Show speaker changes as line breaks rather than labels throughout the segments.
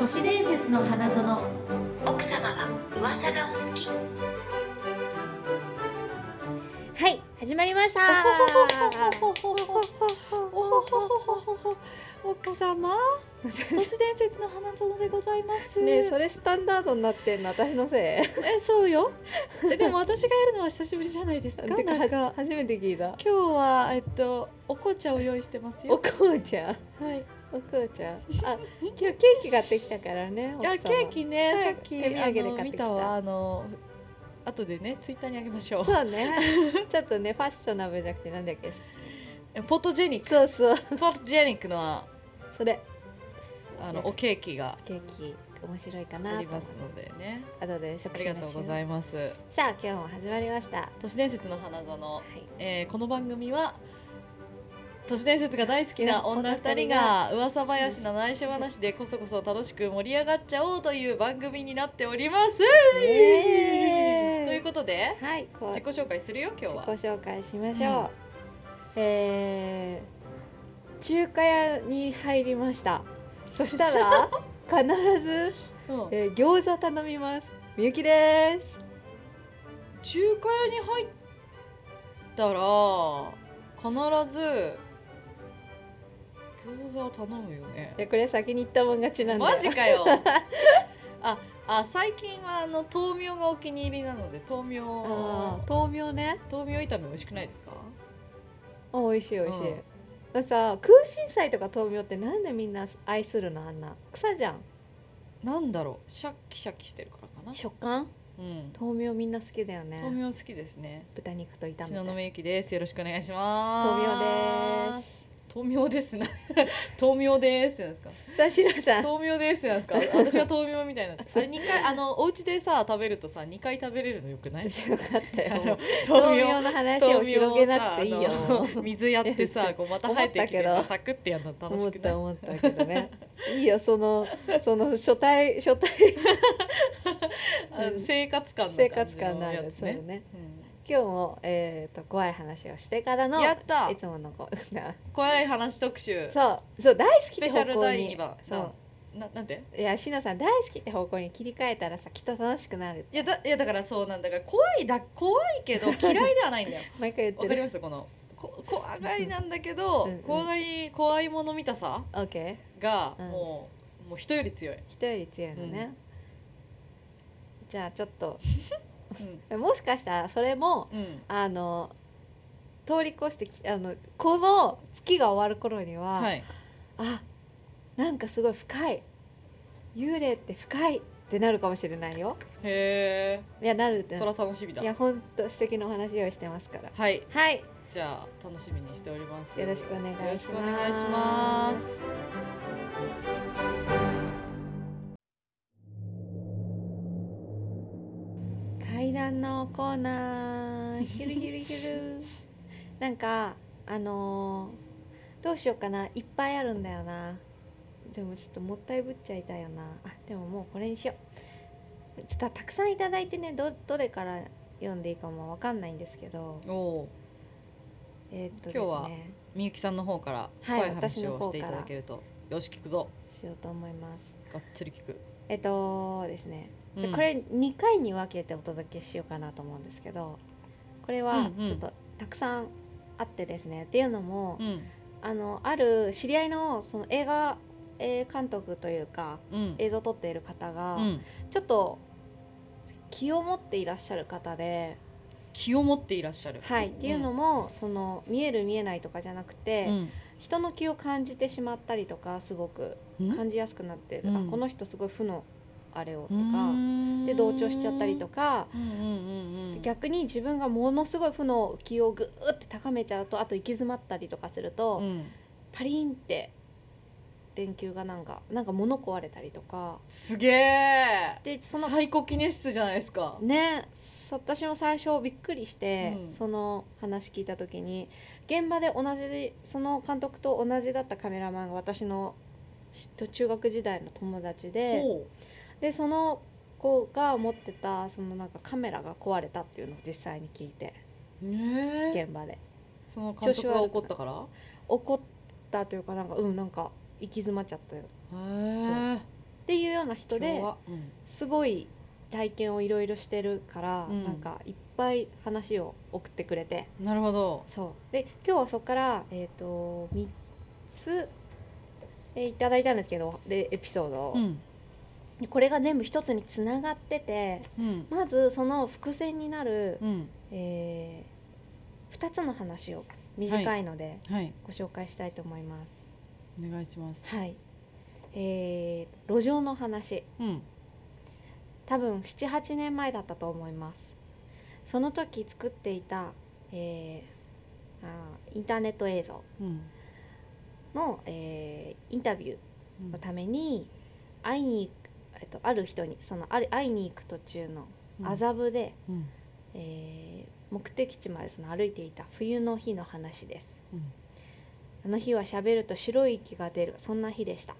都市伝説の花園
奥様は噂がお好き
はい始まりました
奥様都市伝説の花園でございます
ねえそれスタンダードになってんの私のせい
えそうよえでも私がやるのは久しぶりじゃないですか
てか
なんか
初めて聞いた
今日はえっとお紅茶を用意してます
お
よ
こうちゃん
はい
おこうちゃんあ今日ケーキ買ってきたからね
あ
奥様
ケーキね、
はい
さっき
手土産で買
あ
ってき
の
た
見たわあの後でねツイッターにあげましょう
そうねちょっとねファッショナブルじゃなくてなんだっけ
えポトジェニック
そうそう
ポトジェニックのは
それ
あのおケーキが
ケーキ面白いかなと
あり
思
ま
っ
す
て
のでね
後で
あ
食
り
事
がとうござ
い
います
ますさあ今日も始まりました
都市伝説の花園
はい
えーこの番組は都市伝説が大好きな女2人が噂話の内緒話でこそこそ楽しく盛り上がっちゃおうという番組になっております。
イエーイ
ということで
はいこう
自己紹介するよ今
自
日は。
己紹介しましょう、えー中華屋に入りましたそした ら必ず、
うん
えー餃子頼みますみゆきです
中華屋に入ったら必ず餃子は頼むよね
い。やこれ先に言ったもん勝ちなんだ
マジ かよ。ああ最近はあの豆苗がお気に入りなので豆
あ
苗
ー豆苗ね
豆苗炒め美味しくないですか？
あ美味しい美味しい、
うん
だからさ空心菜とか豆苗ってなんでみんな愛するのあんな草じゃん
なんだろうシャッキシャキしてるからかな
食感
うん
豆苗みんな好きだよ
豆
ね
苗好きですね
豚肉と炒
篠
めて
宮ゆきですよろしくお願いしま
豆苗で
す
す
豆苗ですな 豆苗ですなんで すか
さあシロさん
豆苗ですなんですか私が豆苗みたいになってあれ二回あのお家でさ食べるとさ二回食べれるのよ くない
分かった
あ
よ
の
豆苗の話を広げなくていいよ
豆苗 をさあの水やって
い
さ
や
こうまた生えてきて
思ったけど
さサクってやるの楽
思
し
っ
くない
た思ったけど ねいいよそのその初対初対
あの生活感の
生活感のあ
感じのや
る
つ
そう
ね
ね今日もえっ、と怖い話をしてから
うん
の
や
い
った
つものこう な
怖い話特集
そうそう大好き
ス
っ
ペ
て
シャ
方
ル
向
第
に
2番
そ
ななんて
ういやしなさん大好きって方向に切り替えたらさきっと楽しくなる
いやだいやだからそうなんだから怖いだ怖いけ ど嫌いではないんだよ
毎回言っ
わ
て
かり
る
ますこのこ怖がりなんだけど
うんうん
怖がり怖いもの見たさ
OK
が
うん
もう、もう人より強い、
人より強いのね、じゃあちょっと
うん
もしかしたらそれも
うん、
あの通り越してきあのこの月が終わる頃には、
はい
あなんかすごい深い幽霊って深いってなるかもしれないよ
へえ
いやなるって
そら楽しみだ
いやほんと素敵なお話用意してますから
はい
はい
じゃあ楽しみにしております
よろしくお願いします
よろしくお願いします
階段のコーナーひるひるひるなんかあのーどうしようかないっぱいあるんだよなでもちょっともったいぶっちゃいたいよなあでももうこれにしようちょっとたくさんいただいてねどどれから読んでいいかもわかんないんですけど
おお
えーっとです
今日は
ね
みゆきさんの方から
はい
怖い
私
話
の
を
方
していた
か
だ
ら
けると、よし聞くぞ
しようと思います
がっつり聞く、
えっとですねじゃ
う
あ
ん
これ2回に分けてお届けしようかなと思うんですけどこれは
うんうん
ちょっとたくさんあってですねっていうのも
うん
あのある知り合いのその映画えー監督というか
うん
映像を撮っている方が
うん
ちょっと気を持っていらっしゃる方で、
気を持っていらっしゃる
はい、っていうのもその見える見えないとかじゃなく
う
て
ん
人の気を感じてしまったりとかすごく
うん
感じやすくなってる
うん
あこの人すごい負のあれをと
う
か
ーん
で同調しちゃったりとか
うんうんうんうん
逆に自分がものすごい負の気をぐーって高めちゃうとあと行き詰まったりとかすると、
うん
パリンって電球がなんかなんか物壊れたりとか
すげえ
でその
サイコキネシスじゃないですか
ね私も最初びっくりして、
うん
その話聞いた時に現場で同じその監督と同じだったカメラマンが私のし中学時代の友達で。
おう
でその子が持ってたそのなんかカメラが壊れたっていうのを実際に聞いて
ねえ
現場で
その監督が怒ったから
怒ったというかなんかうんなんか行き詰まっちゃったよ
へえ
っていうような人
今日
で
はうん
すごい体験をいろいろしてるから、
うん
なんかいっぱい話を送ってくれて
なるほど
そうで今日はそこから、えー、と3つ、えーいただいたんですけどでエピソードを、
うん
でこれが全部一つにつながってて
うん
まずその伏線になる、
うん
え2つの話を短いので
はい
ご紹介したいと思います。
お願いします
はい、えー路上の話
うん
多分78年前だったと思いますその時作っていた、えーあーインターネット映像
うん
の、えーインタビュ
う
ー
ん
のために会いに行く、えっと、ある人にそのある会いに行く途中の麻布で、
うん
えー目的地までその歩いていた冬の日の話です
うん
あの日は喋ると白い息が出るそんな日でした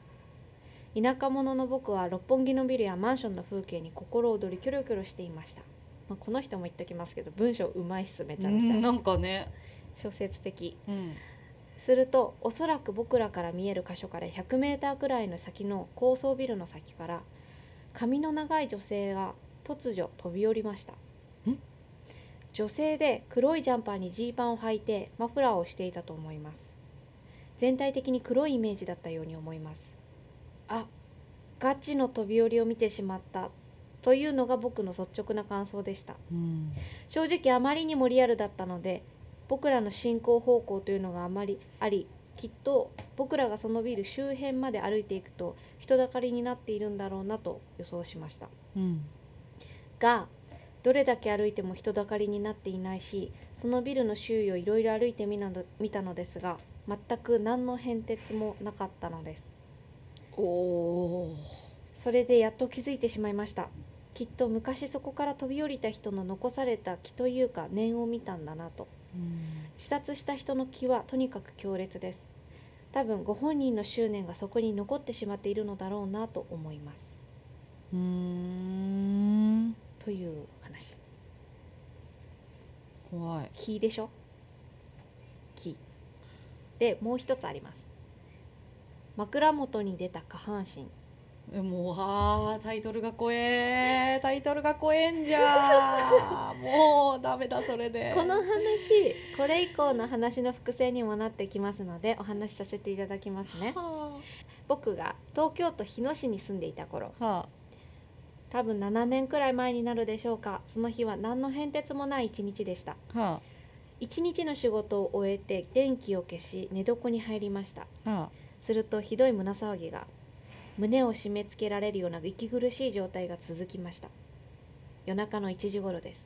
田舎者の僕は六本木のビルやマンションの風景に心躍りキョロキョロしていました、まあ、この人も言っときますけど文章うまいっすめちゃ
う
めちゃ、
んなんかね
小説的
うん
するとおそらく僕らから見える箇所から100メーターくらいの先の高層ビルの先から髪の長い女性が突如飛び降りました
ん
女性で黒いジャンパーにジーパンを履いてマフラーをしていたと思います全体的に黒いイメージだったように思いますあガチの飛び降りを見てしまったというのが僕の率直な感想でした
うん
正直あまりにもリアルだったので僕らの進行方向というのがあまりありきっと僕らがそのビル周辺まで歩いていくと人だかりになっているんだろうなと予想しました
うん
がどれだけ歩いても人だかりになっていないしそのビルの周囲をいろいろ歩いてみなど見たのですが全く何の変哲もなかったのです
おお
それでやっと気づいてしまいましたきっと昔そこから飛び降りた人の残された気というか念を見たんだなと
うん
自殺した人の気はとにかく強烈です多分ご本人の執念がそこに残ってしまっているのだろうなと思います
うーん
という話
怖い
気でしょ気でもう一つあります枕元に出た下半身
えもうあータイトルが怖えタイトルが怖えんじゃんもうダメだそれで
この話これ以降の話の伏線にもなってきますのでお話しさせていただきますね
は
僕が東京都日野市に住んでいた頃
あ、はあ、
多分7年くらい前になるでしょうかその日は何の変哲もない一日でした
は
一日の仕事を終えて電気を消し寝床に入りました
あ、はあ、
するとひどい胸騒ぎが胸を締め付けられるような息苦しい状態が続きました夜中の1時頃です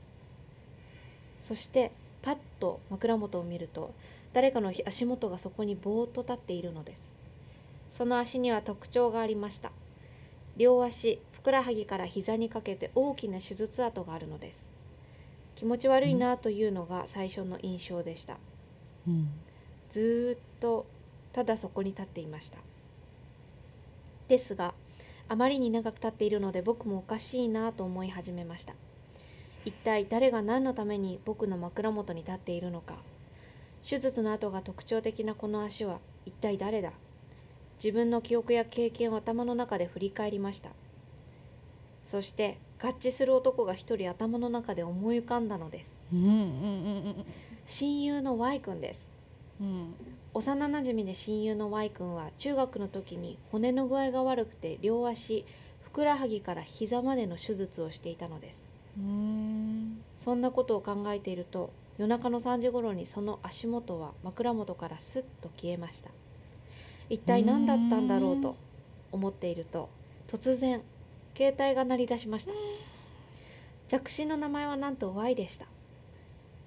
そしてパッと枕元を見ると誰かの足元がそこにぼーっと立っているのですその足には特徴がありました両足ふくらはぎから膝にかけて大きな手術跡があるのです気持ち悪いなというのが最初の印象でした
うん
ずーっとただそこに立っていましたですがあまりに長く立っているので僕もおかしいなと思い始めました一体誰が何のために僕の枕元に立っているのか手術の跡が特徴的なこの足は一体誰だ自分の記憶や経験を頭の中で振り返りましたそして合致する男が一人頭の中で思い浮かんだのです
うんうん
親友の Y 君です
うんうん
幼なじみで親友の Y 君は中学の時に骨の具合が悪くて両足ふくらはぎから膝までの手術をしていたのです
うん
そんなことを考えていると夜中の3時頃にその足元は枕元からスッと消えました一体何だったんだろう
うー
と
ん
思っていると突然携帯が鳴り出しました弱視の名前はなんと Y でした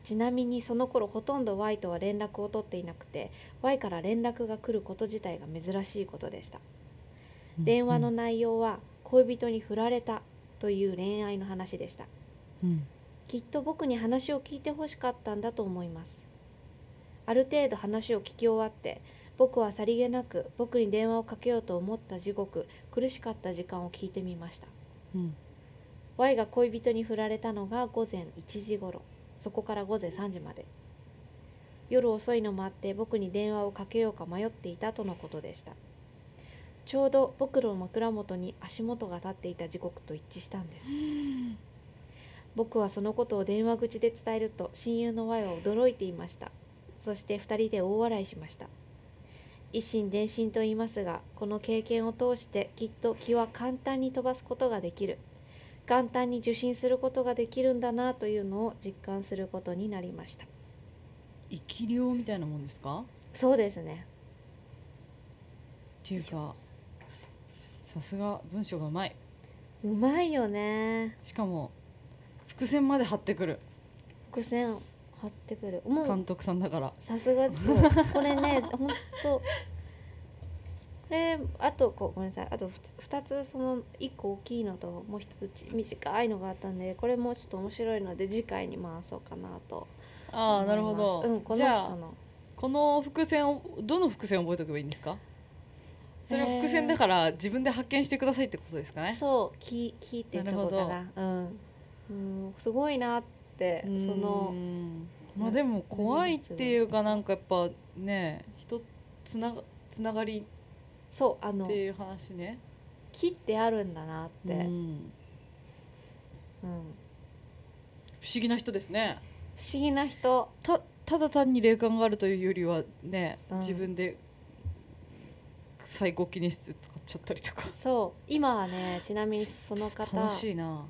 ちなみにその頃ほとんど Y とは連絡を取っていなくて Y から連絡が来ること自体が珍しいことでした電話の内容は恋人に振られたという恋愛の話でした
うん
きっと僕に話を聞いてほしかったんだと思いますある程度話を聞き終わって僕はさりげなく僕に電話をかけようと思った時刻苦しかった時間を聞いてみました
うん
Y が恋人に振られたのが午前1時頃そこから午前3時まで夜遅いのもあって僕に電話をかけようか迷っていたとのことでしたちょうど僕の枕元に足元が立っていた時刻と一致したんです僕はそのことを電話口で伝えると親友の Y は驚いていましたそして2人で大笑いしました一心伝心と言いますがこの経験を通してきっと気は簡単に飛ばすことができる簡単に受信することができるんだなというのを実感することになりました
生き量みたいなもんですか
そうですね
っていうかさすが文章がうまいう
まいよね
しかも伏線まで張ってくる
伏線張ってくるもう
監督さんだから
さすがもう これねほんとこれあとこうごめんなさいあと2つその1個大きいのともう1つち短いのがあったんでこれもちょっと面白いので次回に回そうかなと
ああなるほど、
思いますうん、この
じ
人
ゃあ
の
この伏線をどの伏線を覚えておけばいいんですかそれは伏線だから自分で発見してくださいってことですかね、
そう聞聞いてるとこかなうん、うん、すごいなってその
うんまあでも怖いっていうかなんかやっぱね人つながつながり
そうあ
っ
の
ていう話ね
切ってあるんだなって、う
うんん不思議な人ですね
不思議な人
たただ単に霊感があるというよりはね、
うん
自分で最高記念室使っちゃったりとか
そう今はねちなみにその方
楽しいな、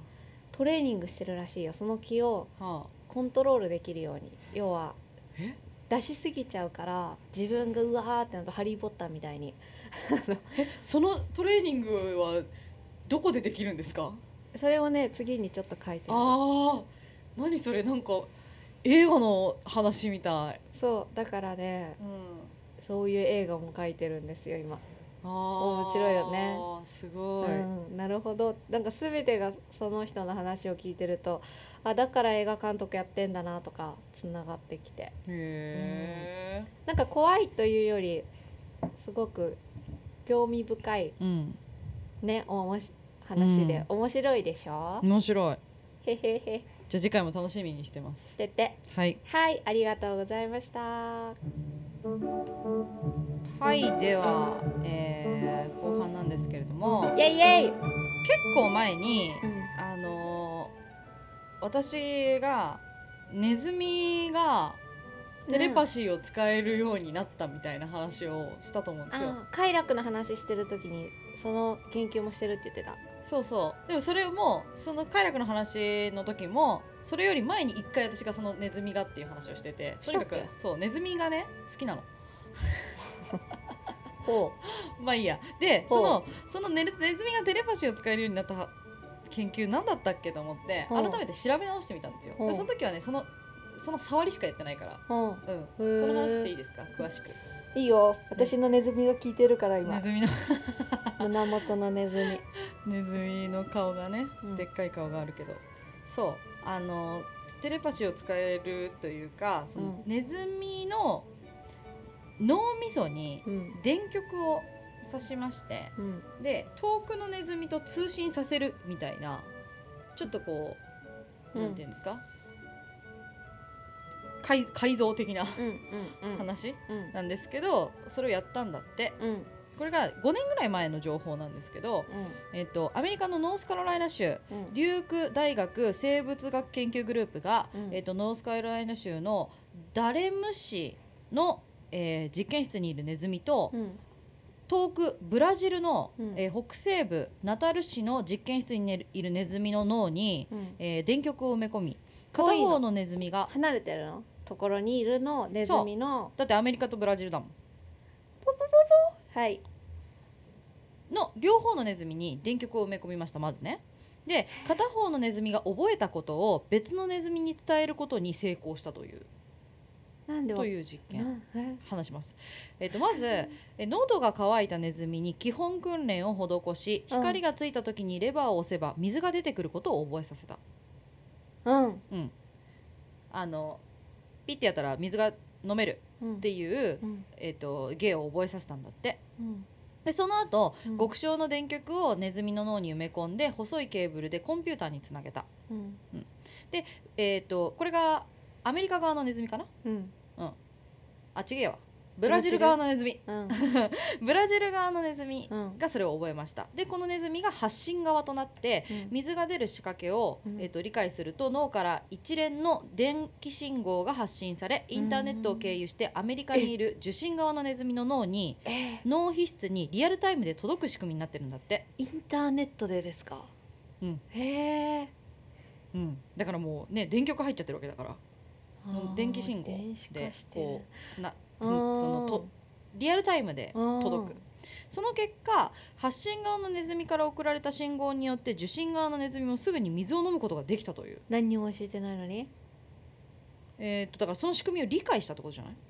トレーニングしてるらしいよその気を
はあ、
コントロールできるように要は
え
出しすぎちゃうから自分がうわーってなると「ハリー・ポッター」みたいに
そのトレーニングはどこでできるんですか
それをね次にちょっと書いてる
あー何それなんか映画の話みたい、
そうだからね
うん、
そういう映画も書いてるんですよ今、
あ
面白いよね
すごい、
うん、なるほどなんか全てがその人の話を聞いてるとあだから映画監督やってんだなとかつながってきて
へえ
なんか怖いというよりすごく興味深い
うん
ねおもし話で、面白いでしょ、
面白い
へへへ
じゃあ次回も楽しみにしてます
してて
はい
はいありがとうございました
はいでは、えー後半なんですけれども
イエイイエイ、
結構前に
うん
あのー私がネズミがテレパシーを使えるようになったみたいな話をしたと思うんですよ。
あー快楽の話してる時にその研究もしてるって言ってた
そうそうでもそれもその快楽の話の時もそれより前に一回私がそのネズミがっていう話をしててとにかく
そうか
そうネズミがね好きなの。
ほ
まあいいやで
ほ
そうのそのネルネズミがテレパシーを使えるようになった研究なんだったっけと思って
ほう
改めて調べ直してみたんですよ
ほう
でその時はねそのその触りしかやってないから
うほ
うんそ
ー
の話していいですか詳しく
ういいよ私のネズミが聞いてるから
ネ
今
ズミの
胸元のネズミ
ネズミの顔がね
うん
でっかい顔があるけど、そうあのテレパシーを使えるというかその
う
ネズミの脳みそに
うん
電極を刺しまして、
うん
で遠くのネズミと通信させるみたいなちょっとこう、
うん
なんていうんですか改改造的な
うんうんうん
話
うん
なんですけどそれをやったんだって
うんうん
これが5年ぐらい前の情報なんですけど、えっと、アメリカのノースカロライナ州
うん
デューク大学生物学研究グループが、
うん
えっと、ノースカロライナ州のダレム市の、えー実験室にいるネズミと、
うん
遠くブラジルの、
うん
えー北西部ナタル市の実験室に寝るいるネズミの脳に、
うん
えー電極を埋め込み片
遠いの
方のネズミが
離れてるのところにいるのネズミの
だってアメリカとブラジルだも
はい
んの両方のネズミに電極を埋め込みましたまずねで片方のネズミが覚えたことを別のネズミに伝えることに成功したという
なんでわ
という実験
なえ
話します、えっとまずえ喉が渇いたネズミに基本訓練を施し
うん
光がついた時にレバーを押せば水が出てくることを覚えさせた
うん
あのピッてやったら水が飲める
うん
っていう
う、ん
えー、と芸を覚えさせたんだって
うん
でその後、
うん
極小の電極をネズミの脳に埋め込んで細いケーブルでコンピューターにつなげた、
うん
えー、とこれがアメリカ側のネズミかな
うん
あ違えわブラジル側のネズミ
うん
ブラジル側のネズ ミ
うん
がそれを覚えましたでこのネズミが発信側となって水が出る仕掛けを、
うん
えっと理解すると脳から一連の電気信号が発信されインターネットを経由してアメリカにいる受信側のネズミの脳に
え
脳皮質にリアルタイムで届く仕組みになってるんだって、
インターネットでですか
うん
へえ
うん、だからもうね電極入っちゃってるわけだからもう電気信号
電子化
で
してる
こうつな
あ
つ
ー
そのとリアルタイムで届くその結果発信側のネズミから送られた信号によって受信側のネズミもすぐに水を飲むことができたという、
何にも教えてないのに
えーっとだからその仕組みを理解したってことじゃない
あ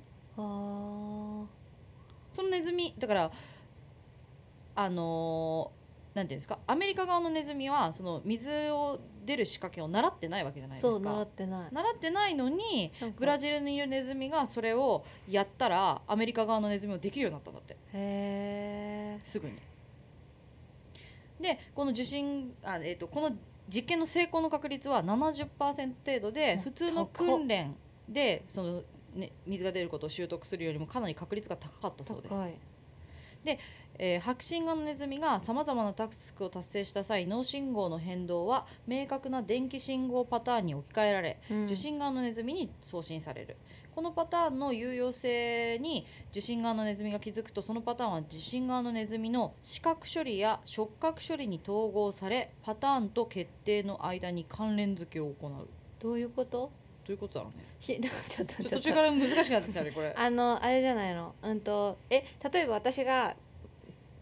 そのネズミだからあのーなんていうんですかアメリカ側のネズミはその水を出る仕掛けを習ってないわけじゃない
あ
ですか
そう習ってない
習ってないのに
なんか
ブラジルにいるネズミがそれをやったらアメリカ側のネズミもできるようになったんだって
へ
すぐに。でこの受信あ、えー、とこの実験の成功の確率は70%程度で
お
普通の
高っ
訓練でその、ね、水が出ることを習得するよりもかなり確率が高かった
え
そうです。
高い
えー白神岩のネズミがさまざまなタスクを達成した際脳信号の変動は明確な電気信号パターンに置き換えられ
うん
受信側のネズミに送信される、このパターンの有用性に受信側のネズミが気づくとそのパターンは受信側のネズミの視覚処理や触覚処理に統合されパターンと決定の間に関連付けを行うど
どういうこと
ういうことだろうね
ひ ちょっとちょっ
ちょっと
と
途中から難しくなってきたねこれ
あのあれじゃないのうんとえ例えば私が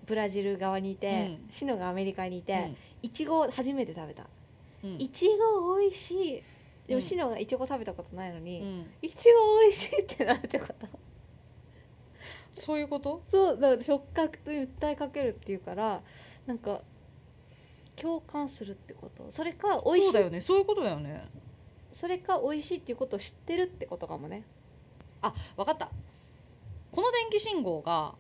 ブラジル側にいて、
うん
シノがアメリカにいて、いちごを初めて食べた
うんうん
いちご美味しいで
うん
もシノがいちご食べたことないの
う
に、
ん
いちご美味しいってなるってこと
そういうこと
そうだから触覚と訴えかけるっていうからなんか共感するってことそれか美味
そ
し
うだ
い
よねそういうことだよね
それか美味しいっていうことを知ってるってことかもね
あわかったこの電気信号が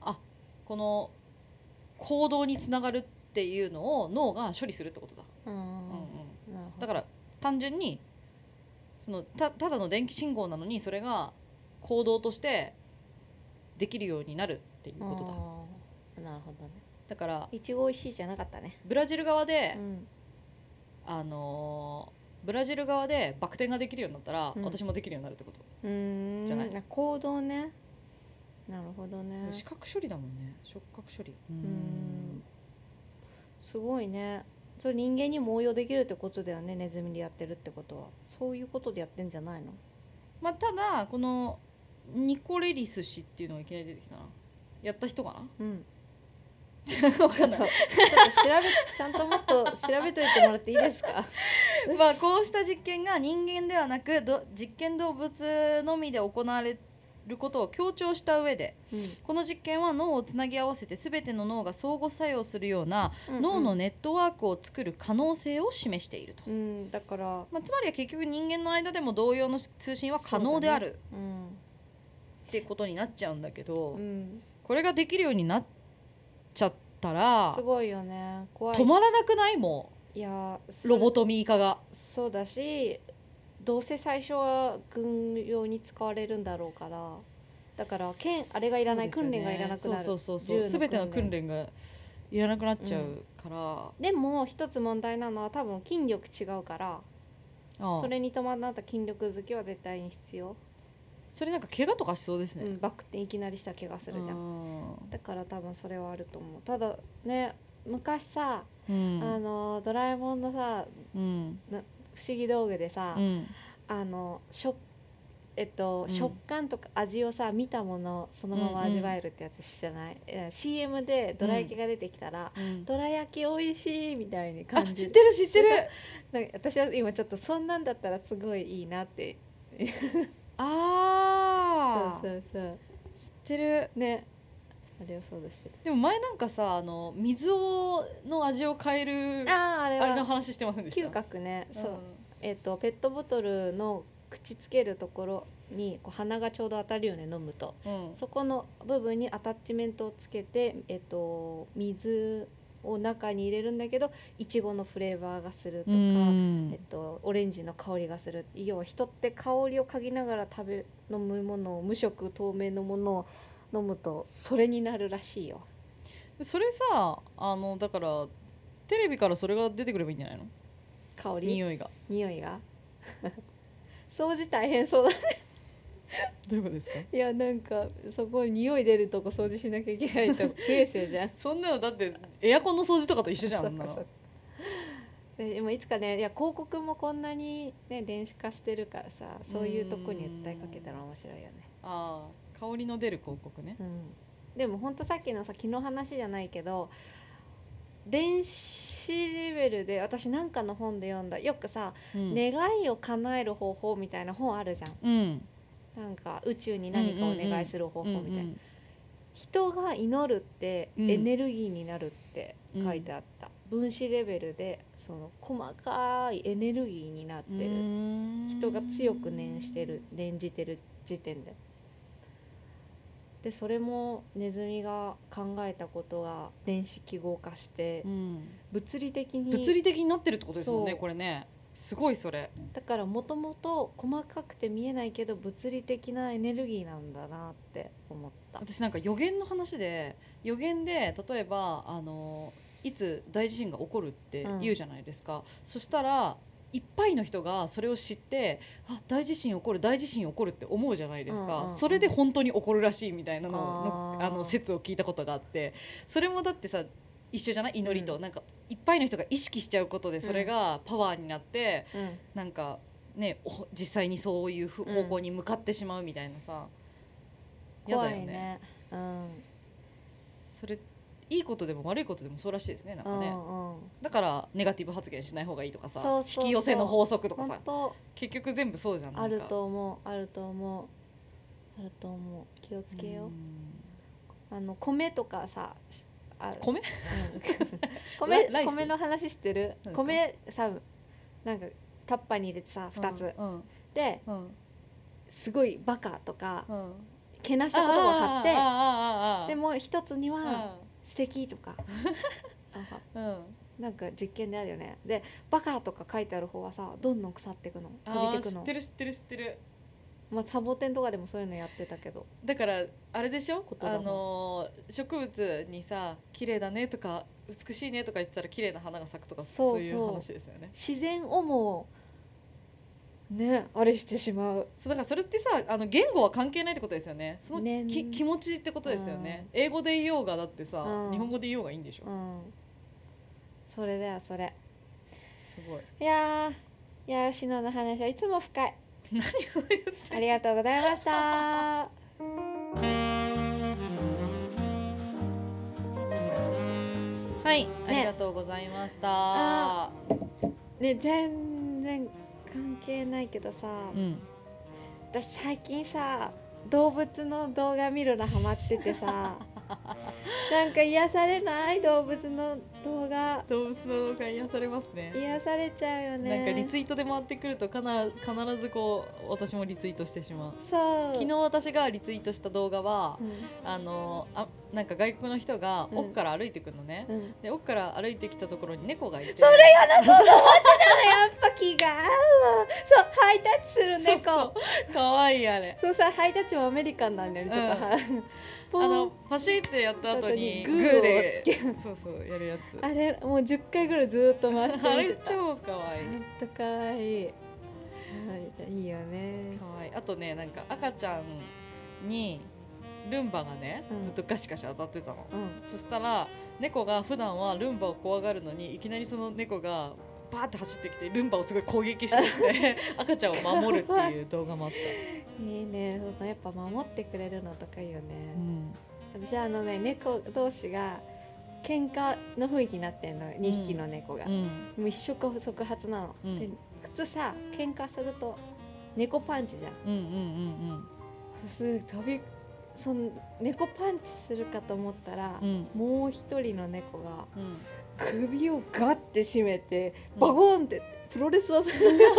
あこの行動につながるっていうのを脳が処理するってことだ、
うん
うんうん
なるほど
だから単純にそのたただの電気信号なのにそれが行動としてできるようになるっていうことだ
あーなるほどね
だから
いちご美味しいじゃなかったね
ブラジル側で
う、ん
あのーブラジル側でバク転ができるようになったら、
うん
私もできるようになるってこと、
うーん
じゃない
行動ねなるほどね
視覚処理だもんね触覚処理う
うーんすごいねそれ人間にも応用できるってことだよねネズミでやってるってことはそういうことでやってんじゃないの
まあ、ただこのニコレリス氏っていうのがいきなり出てきたなやった人か
うん
なわ
ちょ
か
っ
ん
と
な
ちょっと調
い
べちゃんともっと調べといてもらっていいですか
まあこうした実験が人間ではなくど実験動物のみで行われることを強調した上で
うん
この実験は脳をつなぎ合わせて全ての脳が相互作用するような脳の
ね
ネットワークを作る可能性を示していると、
うんだから
まあ、つまりは結局人間の間でも同様の通信は可能である
うん
ってことになっちゃうんだけど
うん
これができるようになっちゃったら
すごいよね怖い
止まらなくないも
いや
うロボ
ト
トミー化が
そうだしどうせ最初は軍用に使われるんだろうからだから剣あれがいらない
そうですよね
訓練がいらなくなる
そうそうそうそ
銃の
う
訓
全
練
ての訓練がいらなくなっちゃうから、
でも一つ問題なのは多分筋力違うから
ああ
それに伴った筋力好きは絶対に必要、
それなんか怪我とかしそうですね、
うん、バックっていきなりした怪我するじゃんだから多分それはあると思うただね昔さ、
うん
あのドラえもんのさ
うん
不思議道具でさ、
うん
あのしょえっと、
うん
食感とか味をさ見たものをそのまま味わえるってやつじゃない、え CM でどら焼きが出てきたら、
うん
どら焼き美味しいみたいに
あ
感
知
じ
ってる知ってる
なんか私は今ちょっとそんなんだったらすごいいいなって
ああ
そうそうそう
知ってる
ねあれを想像して
でも前なんかさあの水をの味を変える
た
あ
あああれ
れの
は
話してませんでした
嗅覚ねそう、
ん
えっとペットボトルの口つけるところにこう鼻がちょうど当たるよね飲むと
うん
そこの部分にアタッチメントをつけて、えっと水を中に入れるんだけどいちごのフレーバーがすると
う
か、
ん
えっと、オレンジの香りがする要は人って香りを嗅ぎながら食べ飲むものを無色透明のものを飲むとそれになるらしいよ
それさあのだからテレビからそれが出てくればいいんじゃないの
香り
匂いが
匂いが 掃除大変そうだ
どういうことですか
いやなんかそこ匂い出るとこ掃除しなきゃいけない と不衛生じゃん
そんなのだってエアコンの掃除とかと一緒じゃん
そ
あ
っ
ん
か
な
そっか
の
ででもいつかねいや広告もこんなにね電子化してるからさそういうとこに訴えかけたら面白いよね
ああ香りの出る広告ね
うん、でもほんとさっきのさ昨日話じゃないけど電子レベルで私なんかの本で読んだよくさ、
うん
願いを叶える方法みたいな本あるじゃん
うん
なんか宇宙に何かお願いする方法みたいな、
うん
人が祈るって
うん
エネルギーになるって書いてあった、分子レベルでその細かいエネルギーになっ
う
てる、
ん
人が強く念してる念じてる時点ででそれもネズミが考えたことが電子記号化して
うん
物理的に
物理的になってるってことですもんね
そう
これねすごいそれ
だからもともと細かくて見えないけど物理的なエネルギーなんだなって思った
私なんか予言の話で予言で例えばあのいつ大地震が起こるって言うじゃないですか、そしたらいっぱいの人がそれを知ってあ大地震起こる大地震起こるって思うじゃないですか、
うんうんうん
それで本当に起こるらしいみたいなのの
あー
あの説を聞いたことがあってそれもだってさ一緒じゃない祈りと、なんかいっぱいの人が意識しちゃうことでそれがパワーになって、
うん
なんかねお実際にそういうふ方向に向かってしまうみたいなさ、や
怖
だ
いね
よね
うん
それいいことでも悪いことでもそうらしいですねなん
う
かね、
んうん
だからネガティブ発言しない方がいいとかさ
そうそうそう
引き寄せの法則とか
本
さ
当
結局全部そうじゃんなんか
あると思うあると思うあると思う気をつけようあの米とかさある
米
うん米
ラライス
米の話してる
何ですか
米さなんかタッパーに入れてさ2つ、
うん
で
うん
すごいバカとか
うん
けなした言葉を貼っ
あーあーあーあーあー
てでもう一つには
あ
素敵 とかなんか
ーうん
なんか実験であるよねでバカとか書いてある方はさどんどん腐ってくの
あ
伸びて
ー
く
知っ
の
てる知ってる知ってる
まあ、サボテンとかでもそういうのやってたけど
だからあれでしょ
言葉
あ
も
のー植物にさ綺麗だねとか美しいねとか言ってたら綺麗な花が咲くとか
そう
そういう
そう
話ですよね
自然をもねあれしてしまう
そうだからそれってさあの言語は関係ないってことですよねその
ね
き気持ちってことですよね、英語で言おうがだってさ、
うん
日本語で言おうがいいんでしょ、
うんそれだよそれ
すごい
いやーいやー篠の話はいつも深いありがとうございました
はい、ありがとうございました
ね全然関係ないけどさ、
うん
私最近さ動物の動画見るのハマっててさなんか癒されない動物の動画
動物の動画癒されますね
癒されちゃうよね
なんかリツイートで回ってくると必ず必ずこう私もリツイートしてしまう
そう
昨日私がリツイートした動画は
う、
あのあなんか外国の人が
うん
奥から歩いてくるのね、
ん、うん、
で奥から歩いてきたところに猫がいて
それやだそうと思ってたのやっぱ気が合うわそうハイタッチする猫
そうそうかわいいあれ
そうさハイタッチもアメリカンなんだよねちょっと、はポーン
あのパシってやった後に
後
グ
に
ー
グーを
で
つける
そうそうやるやつ
あれもう10回ぐらいずっと回して
あ
みて
れ
た
超可愛い
ほんとかわいいはいいいよね
可愛いあとねなんか赤ちゃんにルンバがね、
うん
ずっとガシガシ当たってたの
うん
そしたら猫が普段はルンバを怖がるのにいきなりその猫がバーって走ってきてルンバをすごい攻撃しだして 赤ちゃんを守るっていう動画もあった、
いいねそのやっぱ守ってくれるのとかいいよ
う
ね、
ん
私あのね猫同士が喧嘩の雰囲気になってんの2匹の猫が、
うん
もう一触即発なの、
うん
で普通さ喧嘩すると猫パンチじゃん
うんうんうん
す飛びその猫パンチするかと思ったら、
うんうん
もう一人の猫が
うん
首をガッて締めてバゴンってプロレス技のよ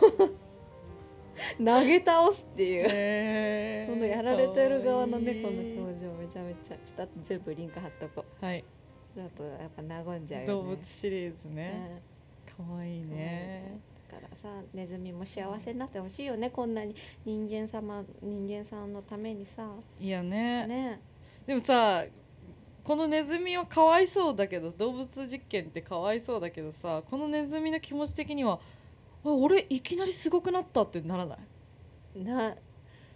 うに投げ倒すって いう、
へー
そのやられてる側の猫の
可愛い
表情めちゃめちゃちょっと後で全部リンク貼っとこ
はい、
だとやっぱ和んじゃうよね
動物シリーズね、
ね
可愛いね、
だからさネズミも幸せになってほしいよねこんなに人間様人間さんのためにさ
いやね
ね
でもさこのネズミはかわいそうだけど動物実験ってかわいそうだけどさこのネズミの気持ち的にはあ俺いきなりすごくなったってならない
な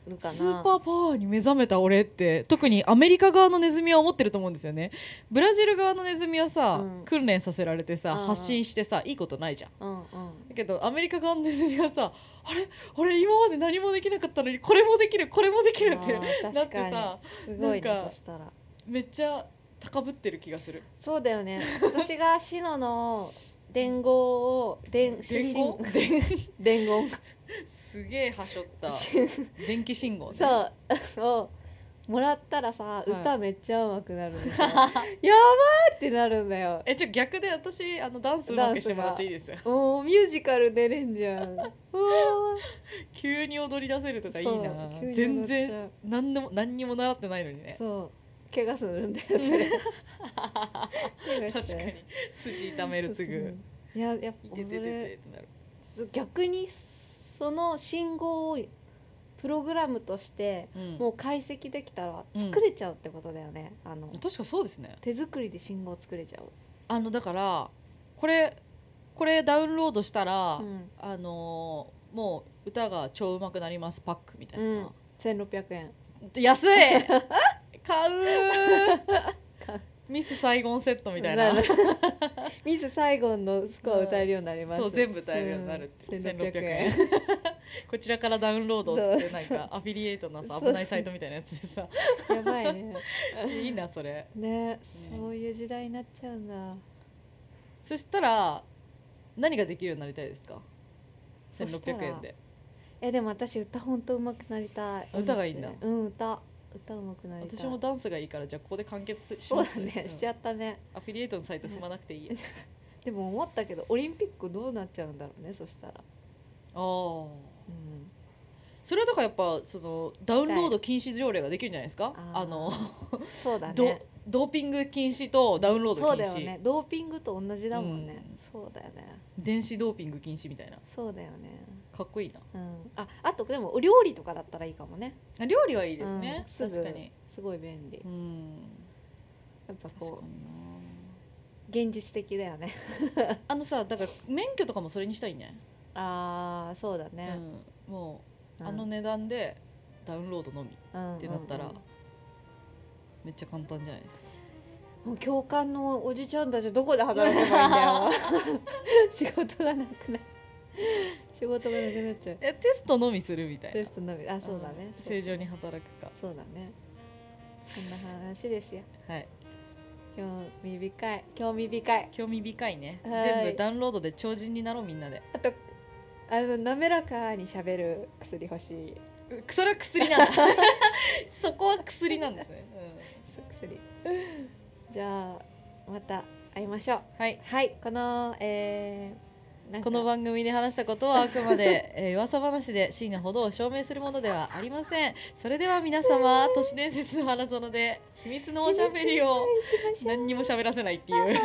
るかな
スーパーパワーに目覚めた俺って特にアメリカ側のネズミは思ってると思うんですよねブラジル側のネズミはさ、
うん
訓練させられてさ
あー
発信してさいいことないじゃん
う んうん
だけどアメリカ側のネズミはさあれ俺今まで何もできなかったのにこれもできるこれもできるって
あー
な
確
って
か
さ
にすごい
なん
ね
か
そしたら
めっちゃ高ぶってる気がする
そうだよね私がシノの伝言を伝
伝言
伝 伝言
すげえはしょった電気信号ね
そう をもらったらさ
い
歌めっちゃ上手くなるんです よやばいってなるんだよ
えちょ逆で私あのダンスうまくしてもらっていいですよ
もうミュージカル出れんじゃ んうわ
急に踊り出せると
ー
かいい
そう
な
急に
全
踊っち
然
ゃう
何でも何にも習ってないのにね
そう怪我するん だよ それ怪我
確
し
か
ちゃう
に筋痛めるすぐ
いややっ
「い
ぱ
てててて」ってなる
それ逆にその信号をプログラムとしても
も
う解析できたら
うん
作れちゃうってことだよね、あの
うん確かそうですね
手作りで信号作れちゃ
あのだからこれこれダウンロードしたら
う、うん、
あのーもう歌が超うまくなりますパックみたいな、
1600円
安い買う
買う
ミスサイゴンセットみた いな
るミスサイゴンのスコア歌えるようになります、
そう全部歌えるようになるって、
うん
1600
1600
円 こちらからダウンロードっつってなん
そう
かアフィリエイトのさ
そう
危ないサイトみたいなやつでさ
やばいね
いいなそれ
ねそういう時代になっちゃうんだ
そしたら何ができるようになりたいですか
そしたら
1600円で
えでも私歌本当上手くなりたい
歌がいいんだ
うん歌歌上手くなりたい
私もダンスがいいからじゃあここで完結し
そう
ます
だね、
うん
しちゃったね
アフィリエイトのサイト踏まなくていいや
でも思ったけどオリンピックどうなっちゃうんだろうねそしたら、
あー
うん、
それはだからやっぱそのダウンロード禁止条例ができるんじゃないですか
あ
あ
ー
の
そうだ
ド
ね
ドーピング禁止とダウンロー
そ
ド
う
禁
だよ
止、
ねドーピングと同じだもんね、そうだよね
電子ドーピング禁止みたいな
そうだよね
かっこいいな
うんああとでもお料理とかだったらいいかもね
あ料理はいいですね、
うんすぐ
確かに
すごい便利
うん
やっぱ
確
こ
か
う
に
現実的だよね
なあのさだから免許とかもそれにしたいね、
あーそうだ
う
ね、
ん、もう、
うん
あの値段でダウンロードのみっ
うん
てなったら、
うんうん
めっちゃ簡単じゃないですか
もう教官のおじちゃんたちどこで働けばいいんだ よ仕事がなくな仕事がなくなっちゃう
えテストのみするみたいな
テストのみあそうだね
ん
そう
正常に働くか
そうだねそんな話ですよ
はい
興味深い興味深い
興味深いね
はい
全部ダウンロードで超人になろうみんなで
あとあの滑らかにしゃべる薬欲しいう
それは薬なんだ そこは薬なんですね、
薬 じゃあまた会いましょう
うん、はい
はいこのえーなんか
この番組で話したことはあくま で、えー、噂話で真のほどを証明するものではありませんそれでは皆様都市伝説の花園で秘密のおしゃべ りを
秘密にしましょう
何にも喋らせない っていう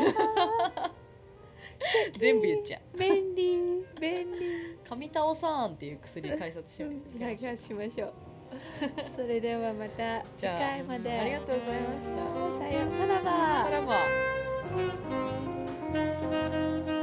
全部言っちゃう
便利便利
神田おさんっていう薬開発しよう
開発しましょう。 それではまた次
じゃあ
回まで。
ありがとうございました
さようならば
さらば